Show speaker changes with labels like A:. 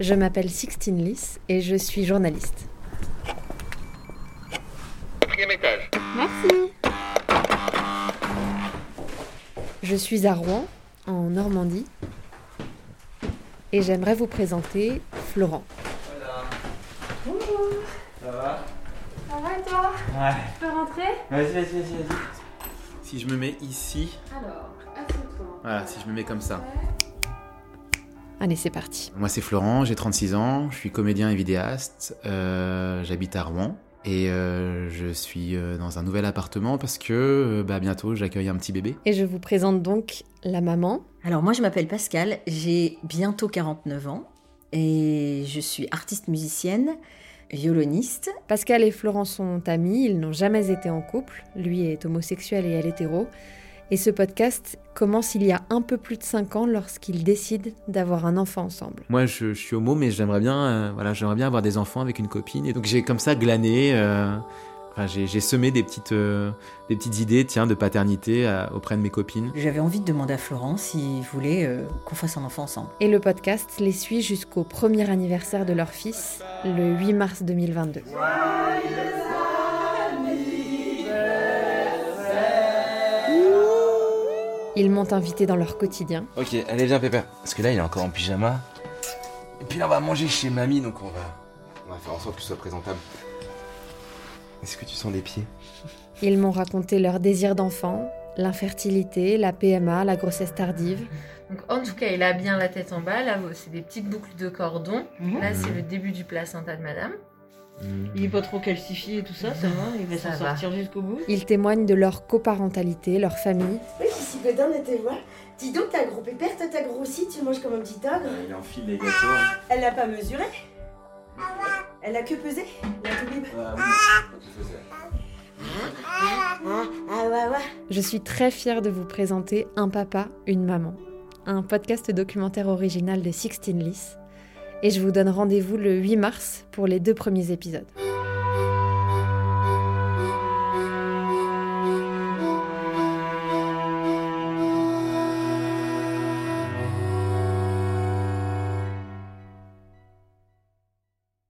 A: Je m'appelle Sixtine Lys et je suis journaliste.
B: Quatrième étage.
A: Merci. Je suis à Rouen, en Normandie, et j'aimerais vous présenter Florent.
C: Voilà,
D: Bonjour,
C: ça va
D: ça va et toi
C: Ouais.
D: Je peux rentrer
C: Vas-y, vas-y, vas-y, vas-y. Si je me mets ici,
D: Alors, assieds-toi.
C: voilà, si je me mets comme ça.
A: Allez, c'est parti.
C: Moi, c'est Florent, j'ai 36 ans, je suis comédien et vidéaste, euh, j'habite à Rouen. Et euh, je suis euh, dans un nouvel appartement parce que euh, bah, bientôt j'accueille un petit bébé.
A: Et je vous présente donc la maman.
E: Alors moi je m'appelle Pascal, j'ai bientôt 49 ans et je suis artiste musicienne, violoniste.
A: Pascal et Florent sont amis, ils n'ont jamais été en couple. Lui est homosexuel et elle hétéro. Et ce podcast commence il y a un peu plus de 5 ans lorsqu'ils décident d'avoir un enfant ensemble.
C: Moi, je, je suis homo, mais j'aimerais bien, euh, voilà, j'aimerais bien avoir des enfants avec une copine. Et donc j'ai comme ça glané, euh, enfin, j'ai, j'ai semé des petites, euh, des petites idées, tiens, de paternité à- auprès de mes copines.
E: J'avais envie de demander à Florent s'il voulait euh, qu'on fasse un enfant ensemble.
A: Et le podcast les suit jusqu'au premier anniversaire de leur fils, le 8 mars 2022. Ils m'ont invité dans leur quotidien.
F: Ok, allez viens Pépère. Parce que là il est encore en pyjama. Et puis là on va manger chez mamie donc on va. On va faire en sorte que ce soit présentable. Est-ce que tu sens des pieds
A: Ils m'ont raconté leur désir d'enfant, l'infertilité, la PMA, la grossesse tardive.
G: Donc, en tout cas, il a bien la tête en bas. Là, c'est des petites boucles de cordon. Là, c'est le début du placenta de madame.
H: Il est pas trop calcifié et tout ça, ça va, il va
G: Ça
H: s'en
G: va.
H: sortir jusqu'au bout.
A: Ils témoignent de leur coparentalité, leur famille.
I: Oui, puis si Godin était moi. Dis donc, t'as un gros pépère, toi t'as grossi, tu manges comme un petit ogre.
F: Il enfile les gâteaux. hein.
I: Elle l'a pas mesuré Elle a que pesé La toubib Ah ouais, ouais.
A: Je suis très fière de vous présenter Un papa, une maman, un podcast documentaire original de Sixtine Lys. Et je vous donne rendez-vous le 8 mars pour les deux premiers épisodes.